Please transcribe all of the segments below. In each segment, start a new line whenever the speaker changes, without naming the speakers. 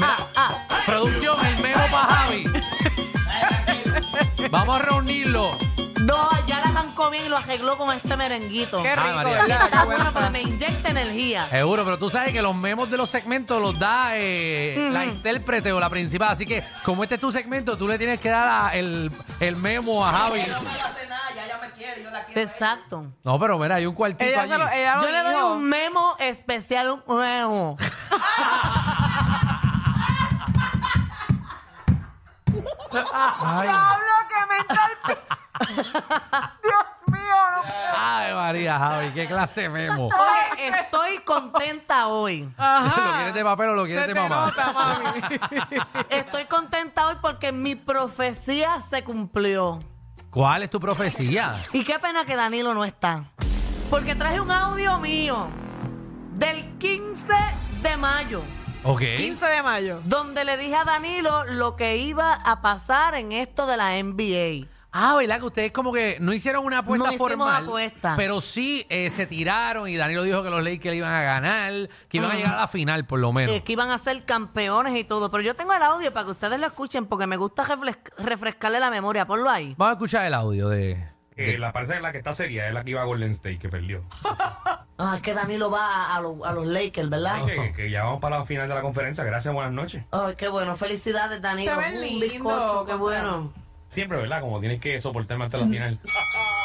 Ah, arregló con este merenguito.
Qué rico,
María. Eh.
¿verdad?
Está
Qué
bueno
bueno.
porque me inyecta energía.
Seguro, pero tú sabes que los memos de los segmentos los da eh, la intérprete o la principal. Así que, como este es tu segmento, tú le tienes que dar a- el, el memo a Javi.
Exacto.
No, pero mira, hay un cuartito
Ella,
allí.
se lo, ella lo
Yo le doy
dijo.
un memo especial, un nuevo.
Ay,
¡Diablo, que mental picha! Dios mío, no puedo.
ay, María, Javi, qué clase de memo.
Oye, estoy contenta hoy.
Ajá.
¿Lo quieres de papel o lo
Se
quieres
te
de mamá?
nota, mami.
Estoy contenta hoy porque mi profecía se cumplió.
¿Cuál es tu profecía?
Y qué pena que Danilo no está. Porque traje un audio mío del 15 de mayo,
Ok.
15 de mayo.
donde le dije a Danilo lo que iba a pasar en esto de la NBA.
Ah, ¿verdad? Que ustedes como que no hicieron una apuesta
No hicimos
formal.
apuesta.
Pero sí eh, se tiraron y Danilo dijo que los Lakers iban a ganar, que iban a
Ajá.
llegar a la final por lo menos.
Ah. eh, que iban a ser campeones y todo. Pero yo tengo el audio para que ustedes lo escuchen porque me gusta refres- refrescarle la memoria. Ponlo ahí.
Vamos a escuchar el audio de...
Eh, la parece que la que está seria es la que iba a Golden State, que perdió.
Ah, es que Danilo va a, a lo- a los Lakers, ¿verdad?
Que, que ya vamos para la final de la conferencia. Gracias, buenas noches.
Ay, qué bueno. Felicidades, Danilo.
Se ven
Un
lindos,
bizcocho, qué
contra-
bueno.
Siempre, ¿verdad? Como tienes que soportarme hasta la final.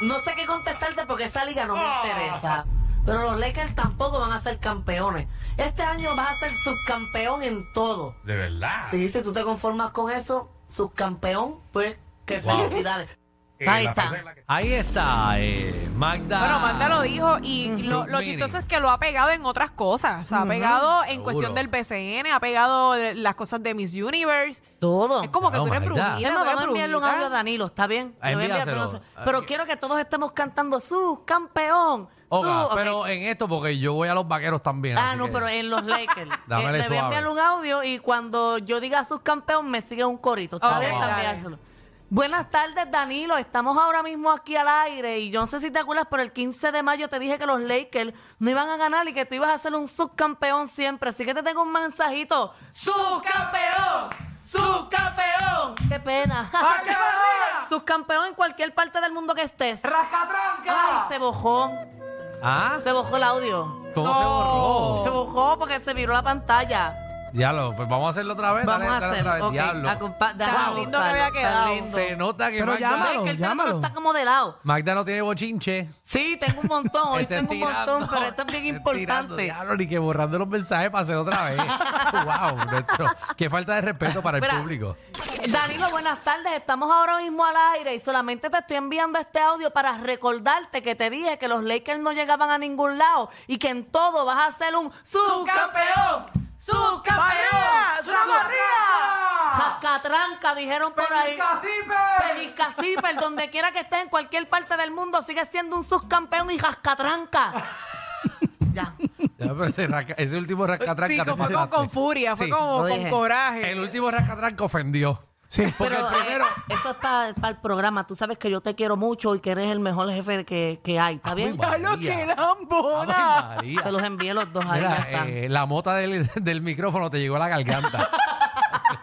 No sé qué contestarte porque esa liga no me
Ah.
interesa. Pero los Lakers tampoco van a ser campeones. Este año vas a ser subcampeón en todo.
De verdad.
Si si tú te conformas con eso, subcampeón, pues qué
Wow.
felicidades.
Eh,
Ahí
la
está.
parece que la que-
Ahí está, eh, Magda.
Bueno, Magda lo dijo y lo, lo
Mini.
chistoso es que lo ha pegado en otras cosas. O sea, ha pegado en
Seguro.
cuestión del PCN, ha pegado de- las cosas de Miss Universe.
Oh
Todo.
Es como que
Claro,
tú eres
Magda.
Es
brujita,
más,
tú eres
vamos a enviarle un
brujita.
audio a Danilo, ¿está bien?
Ah,
Lo voy a enviar,
envíaselo.
pero, no- pero
Ah,
quiero que todos estemos cantando su campeón.
Ok,
su- ok.
pero en esto, porque yo voy a los vaqueros también.
Ah,
así
no,
que-
pero en los Lakers.
Dámele
Eh, le voy a
suave.
enviar un audio y cuando yo diga subcampeón me sigue un corito. Está
Ok,
bien,
dale.
cambiárselo. Buenas tardes, Danilo. Estamos ahora mismo aquí al aire y yo no sé si te acuerdas, pero el 15 de mayo te dije que los Lakers no iban a ganar y que tú ibas a ser un subcampeón siempre. Así que te tengo un mensajito. ¡Subcampeón! ¡Subcampeón! ¡Qué pena! Subcampeón en cualquier parte del mundo que estés. ¡Ay, se bojó!
¿Ah?
Se bojó el audio.
¿Cómo
No.
se borró?
Se bojó porque se viró la pantalla.
Diablo, pues vamos a hacerlo otra vez.
Vamos
dale,
a
dale
hacer.
otra vez,
ok,
Diablo.
acompa- dale,
Tan
vamos,
lindo que
Carlos,
había
tan
quedado.
lindo.
Se nota que
Pero
Magda,
llámalo.
Es que el teléfono
llámalo.
está como de lado.
Magda no tiene bochinche.
Sí, tengo un montón. Hoy
Estén
tengo un montón,
Este tirando,
pero esto es bien
estén tirando,
importante.
diablo, ni que borrando los mensajes para hacer otra vez. wow, nuestro- qué falta de respeto para el
Espera.
público.
Danilo, buenas tardes. Estamos ahora mismo al aire y solamente te estoy enviando este audio para recordarte que te dije que los Lakers no llegaban a ningún lado y que en todo vas a ser un subcampeón. ¡Subcampeón! Jascatranca, dijeron por ahí. Pedicacíper, donde quiera que estés, en cualquier parte del mundo, sigue siendo un subcampeón y jascatranca. ya.
Ya, pero ese, rasca- ese último rascatranca
Sí,
te
como fue con,
pasaste.
con furia, fue
Sí.
como
Lo
con
dije.
coraje.
El último rascatranca ofendió.
Sí.
Porque
Pero,
el primero.
eh, eso es para el programa. Tú sabes que yo te quiero mucho y que eres el mejor jefe que, que hay. ¿Está bien?
Muy mal.
¡Ay, lo que lambona!
Ave María.
Se los envié los dos ahí.
Mira,
ya está.
eh, la mota del, del micrófono te llegó a la garganta.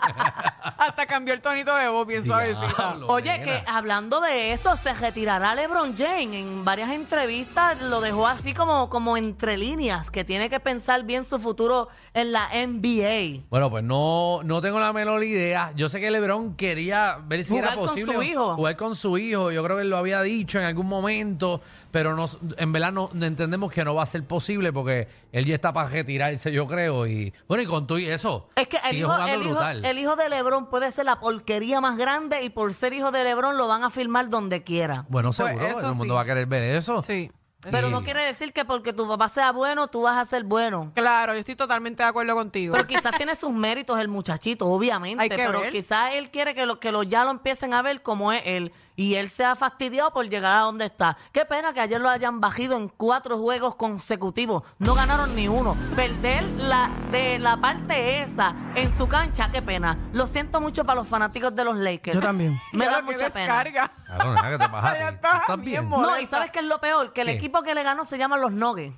Hasta cambió el tonito de voz bien suavecita.
Diablo,
Oye,
nena.
que hablando de eso, se retirará LeBron James. En varias entrevistas lo dejó así como, como entre líneas, que tiene que pensar bien su futuro en la NBA.
Bueno, pues no, no tengo la menor idea. Yo sé que LeBron quería ver si
Jugar
era
con
posible
su hijo.
jugar con su hijo. Yo creo que él lo había dicho en algún momento, pero nos, en verdad no, no entendemos que no va a ser posible porque él ya está para retirarse, yo creo. Y bueno, y con todo y eso,
Es que el
sigue
hijo,
jugando
el, hijo,
brutal.
el hijo de LeBron puede ser la porquería más grande y por ser hijo de LeBron lo van a firmar donde quiera.
Bueno,
Pues
seguro,
eso
todo el mundo
sí.
va a querer ver eso.
Sí.
Pero
Sí.
no quiere decir que porque tu papá sea bueno, tú vas a ser bueno.
Claro, yo estoy totalmente de acuerdo contigo.
Pero quizás tiene sus méritos el muchachito, obviamente.
Hay que
pero
ver.
quizás él quiere que los que lo, ya lo empiecen a ver como es él. Y él se ha fastidiado por llegar a donde está. Qué pena que ayer lo hayan bajado en cuatro juegos consecutivos. No ganaron ni uno. Perder la de la parte esa en su cancha, qué pena. Lo siento mucho para los fanáticos de los Lakers.
Yo también.
Me da
Claro, qué
mucha pena.
descarga.
Claro, Ah, nada, que te bajaste.
Ya
Tú
estás
estás
bien
bien.
mo-
No, y
molesta.
sabes que es lo peor, que el
¿Qué?
equipo que le ganó se llama los Nuggets.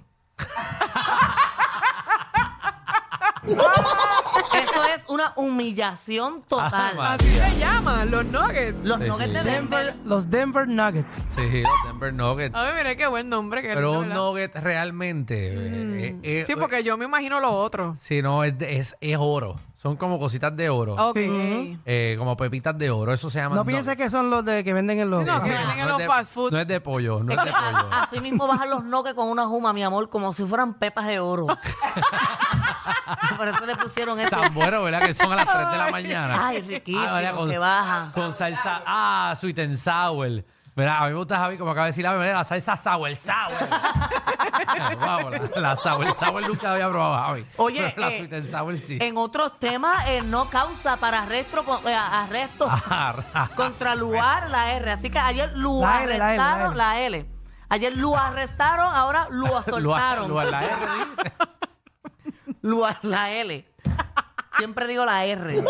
Eso es una humillación total.
Ah,
Así se llaman, los Nuggets.
Los
Sí,
nuggets
sí.
de
Denver,
Denver.
los Denver Nuggets.
Sí, los Denver Nuggets.
A ver, mira qué buen nombre que
Pero un
lindo, ¿verdad? Mm.
nugget realmente. eh, eh, eh,
Sí, porque yo me imagino lo otro.
Sí, no, es, de- es, es oro. Son como cositas de oro.
Ok.
Sí.
Eh, como pepitas de oro. Eso se llama.
No pienses que son los de que venden en los.
Sí, no, que- venden en los fast food.
No es de pollo, no es de pollo.
A- Así mismo bajan los nuggets con una juma, mi amor, como si fueran pepas de oro. Por eso le pusieron eso.
Tan bueno, ¿verdad? Que son a las 3 de la mañana.
Ay, riquísimo,
Ah, ¿verdad?
que baja.
Con salsa, ah, sweet and sour. Mira, a mí me gusta, Javi, como acaba de decir, la, la salsa sour, sour. Vamos, la, la sour, sour nunca la había probado, Javi.
Oye,
Pero la
eh,
sweet and sour sí.
En otros temas, eh, no causa para arresto, con- eh, arresto
Ah,
contra Luar, la R. Así que ayer lo
La L, la L, la
arrestaron,
L.
la L. Ayer lo arrestaron, ahora lo
Luar-
soltaron.
Luar la R, ¿sí?
Luar, la L. Siempre digo la R.
Es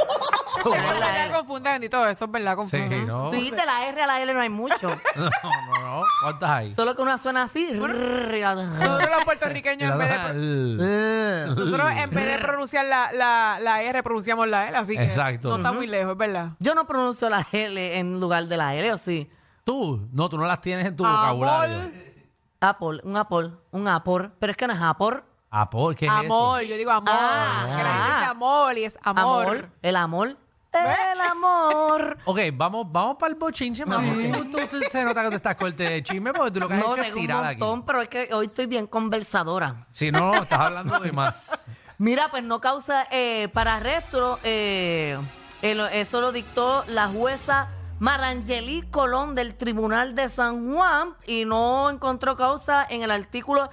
que
la
verdad
L.
confunde, bendito, eso es verdad confunde.
Sí, no.
Sí, de la R a la L no hay mucho.
No, no, no. ¿Cuántas hay?
Solo que una suena así.
Nosotros los puertorriqueños en vez de, pro-
L.
nosotros en vez de pronunciar la, la, la R, pronunciamos la L, así que
Exacto.
no está muy lejos, es verdad.
Yo no pronuncio la L en lugar de la L, ¿o sí?
Tú, no, tú no las tienes en tu
Amor.
vocabulario.
Apple, un Apple, un Apor. Pero es que no es Apor.
Amor, ¿qué es
Amor, yo digo amor.
Ah.
que la gente dice amor y es amor.
Amor. El amor. El amor.
eso? Ok, vamos, vamos para el bochinche, mi amor. Tú, tú- tú se nota que tú estás corte de chisme porque tú lo que has
No,
hecho es
tengo un
tirar
montón,
aquí.
pero es que hoy estoy bien conversadora.
Si no, no, estás hablando de más.
Mira, pues no causa eh, para arresto. eh, el- eso lo dictó la jueza Marangeli Colón del Tribunal de San Juan y no encontró causa en el artículo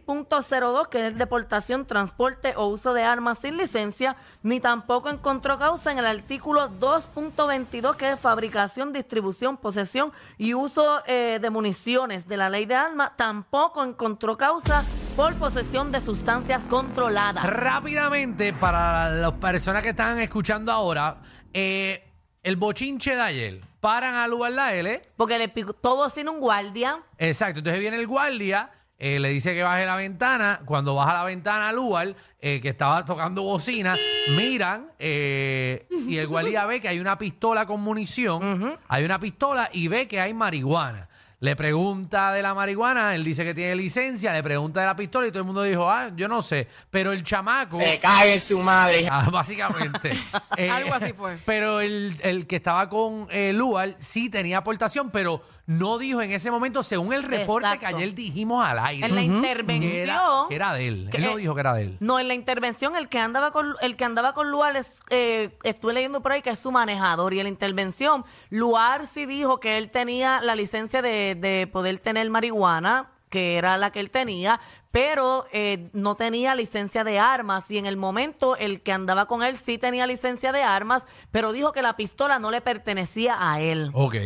6.02, que es deportación, transporte o uso de armas sin licencia, ni tampoco encontró causa en el artículo 2.22, que es fabricación, distribución, posesión y uso eh, de municiones de la ley de armas, tampoco encontró causa por posesión de sustancias controladas.
Rápidamente, para las personas que están escuchando ahora, eh, el bochinche de ayer. Paran a lugar la L.
Porque le picó todo sin un guardia.
Exacto, entonces viene el guardia, eh, le dice que baje la ventana, cuando baja la ventana al lugar, eh, que estaba tocando bocina, miran eh, y el guardia ve que hay una pistola con munición, hay una pistola y ve que hay marihuana. Le pregunta de la marihuana, él dice que tiene licencia, le pregunta de la pistola y todo el mundo dijo, ah, yo no sé, pero el chamaco...
Se cae en su madre.
Ah, básicamente. Eh,
Eh, Algo así fue.
Pero el, el que estaba con eh, Lual sí tenía aportación, pero no dijo en ese momento, según el reporte
Exacto.
que ayer dijimos al aire.
En la
Ujú.
intervención.
Que era, que era de él.
Que- eh,
él no dijo que era de él.
No, en la intervención el que andaba con el que andaba con Luar es, eh, estuve leyendo por ahí que es su manejador y en la intervención Luar sí dijo que él tenía la licencia de, de poder tener marihuana que era la que él tenía, pero eh, no tenía licencia de armas y en el momento el que andaba con él sí tenía licencia de armas, pero dijo que la pistola no le pertenecía a él.
Ok.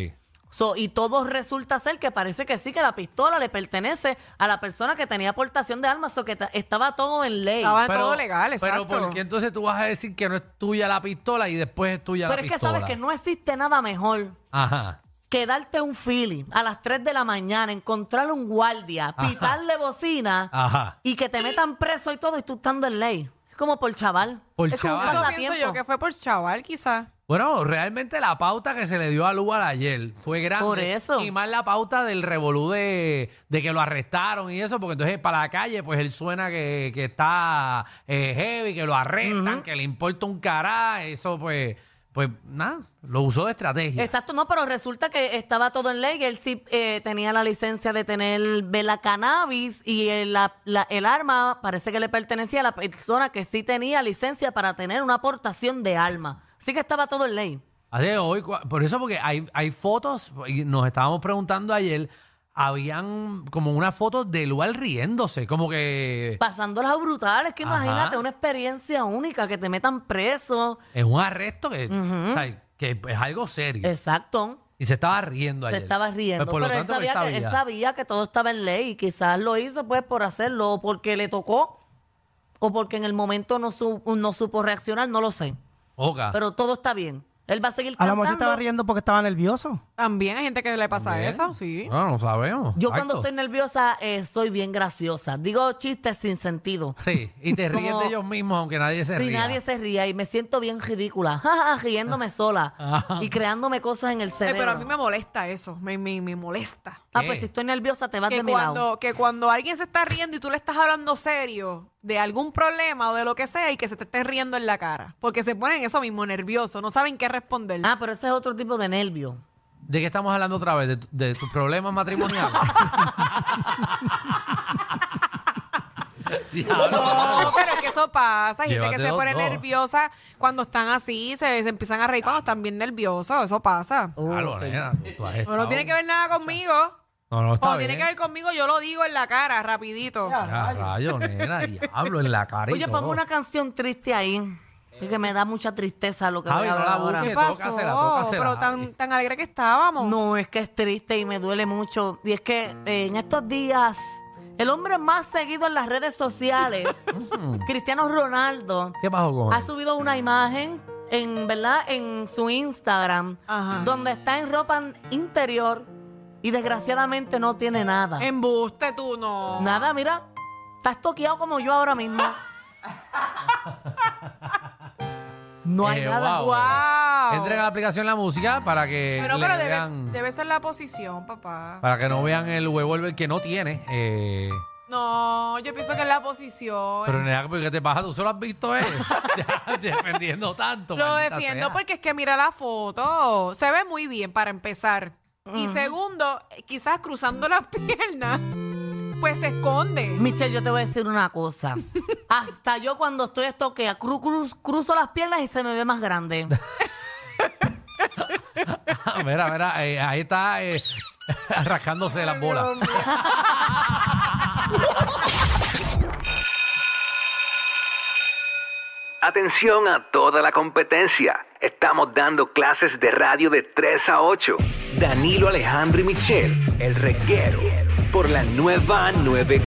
So, y todo resulta ser que parece que sí, que la pistola le pertenece a la persona que tenía aportación de armas o que ta- estaba todo en ley.
Estaba todo legal,
Pero
exacto.
¿por qué entonces tú vas a decir que no es tuya la pistola y después es tuya
Pero
la
es que
pistola?
sabes que no existe nada mejor
Ajá.
que darte un feeling a las 3 de la mañana, encontrar un guardia,
Ajá.
pitarle bocina
Ajá.
y que te metan preso y todo y tú estando en ley. Es como por chaval.
Por
es como un
chaval.
Eso
pasatiempo.
pienso yo que fue por chaval, quizás.
Bueno, realmente la pauta que se le dio a Lugar ayer fue grande.
Por eso.
Y más la pauta del revolú de, de que lo arrestaron y eso, porque entonces para la calle, pues él suena que, que está eh, heavy, que lo arrestan, que le importa un cará, eso pues, pues nada, lo usó de estrategia.
Exacto, no, pero resulta que estaba todo en ley. Él sí eh, tenía la licencia de tener de la cannabis y el, la- la- el arma parece que le pertenecía a la persona que sí tenía licencia para tener una aportación de arma. Así que estaba todo en ley.
Así que hoy, cua- por eso porque hay, hay fotos, y nos estábamos preguntando ayer, habían como unas fotos de Lugar riéndose, como que
Pasándolas brutales, que
Eh. Ajá.
imagínate, una experiencia única, que te metan preso.
es un arresto que, o sea, que es algo serio.
Exacto.
Y se estaba riendo
Se
ayer.
estaba riendo,
Pues, por lo
pero
tanto,
él, sabía Que, él sabía que todo estaba en ley y quizás lo hizo pues por hacerlo, o porque le tocó, o porque en el momento no, su- no supo reaccionar, no lo sé.
Oga. Ah.
pero todo está bien. Él va a seguir
A
cantando.
lo mejor se estaba riendo porque estaba nervioso.
También hay gente que le pasa
También.
eso, sí.
No, no sabemos.
Yo cuando
Exacto.
estoy nerviosa eh, soy bien graciosa. Digo chistes sin sentido.
Sí, y te ríes
Como-
de ellos mismos aunque nadie se
Si
ría.
nadie se ría y me siento bien ridícula,
Ah.
riéndome sola y creándome cosas en el
Ay,
cerebro.
pero a mí me molesta eso, me, me, me molesta.
Ah,
¿Qué?
pues si estoy nerviosa te vas de
Que
mi lado.
cuando, que cuando alguien se está riendo y tú le estás hablando serio de algún problema o de lo que sea y que se te esté riendo en la cara. Porque se ponen eso mismo, nervioso, no saben qué responder.
Ah, pero ese es otro tipo de nervio.
¿De qué estamos hablando otra vez? ¿De, tu- Ah, de tus problemas matrimoniales?
pues,
Diablo.
No, pero es que eso pasa. Hay gente que
Llévate
se
dos,
pone
dos.
nerviosa cuando están así, se, se empiezan a reír cuando están bien nerviosos. Eso pasa.
Oh,
Diablo,
ok.
nena, tú- tú has
Pero
estado-
no tiene que ver nada conmigo.
No, no, está
Cuando
bien.
tiene que ver conmigo, yo lo digo en la cara, rapidito.
Ya, rayo, nena, diablo, en la cara y
Oye,
todo.
pongo una canción triste ahí. Es que me da mucha tristeza lo que voy
Javi,
a
no
hablar
la
ahora.
busques. tócasela,
Pasó,
tócasela,
pero
Javi.
tan, tan alegre que estábamos.
No, es que es triste y me duele mucho. Y es que eh, en estos días, el hombre más seguido en las redes sociales, Cristiano Ronaldo,
¿Qué pasó con
ha
él?
subido una imagen en verdad en su Instagram
Ajá.
donde está en ropa interior y desgraciadamente no tiene nada.
Em- Embuste tú, no.
Nada, mira, estás toqueado como yo ahora mismo. no hay
Eh,
nada.
guau.
Wow.
Entren a la aplicación la música para que
Pero,
le
pero debe,
vean-
debe ser la posición, papá.
para que no vean el huevo que no tiene. Eh,
No, yo pienso que es la posición.
pero nena, ¿por ¿qué te pasa? ¿Tú solo has visto él? Ya, defendiendo tanto.
Lo
maldita
defiendo
sea.
porque es que mira la foto. Se ve muy bien para empezar. Y segundo, quizás cruzando las piernas, pues se esconde.
Michelle, yo te voy a decir una cosa. Hasta yo cuando estoy estoquea, cru- cruz- cruzo las piernas y se me ve más grande.
mira, mira, eh, ahí está eh, rascándose las bolas.
Atención a toda la competencia. Estamos dando clases de radio de 3 a 8. Danilo Alejandro y Michel, el reguero, por la nueva 9.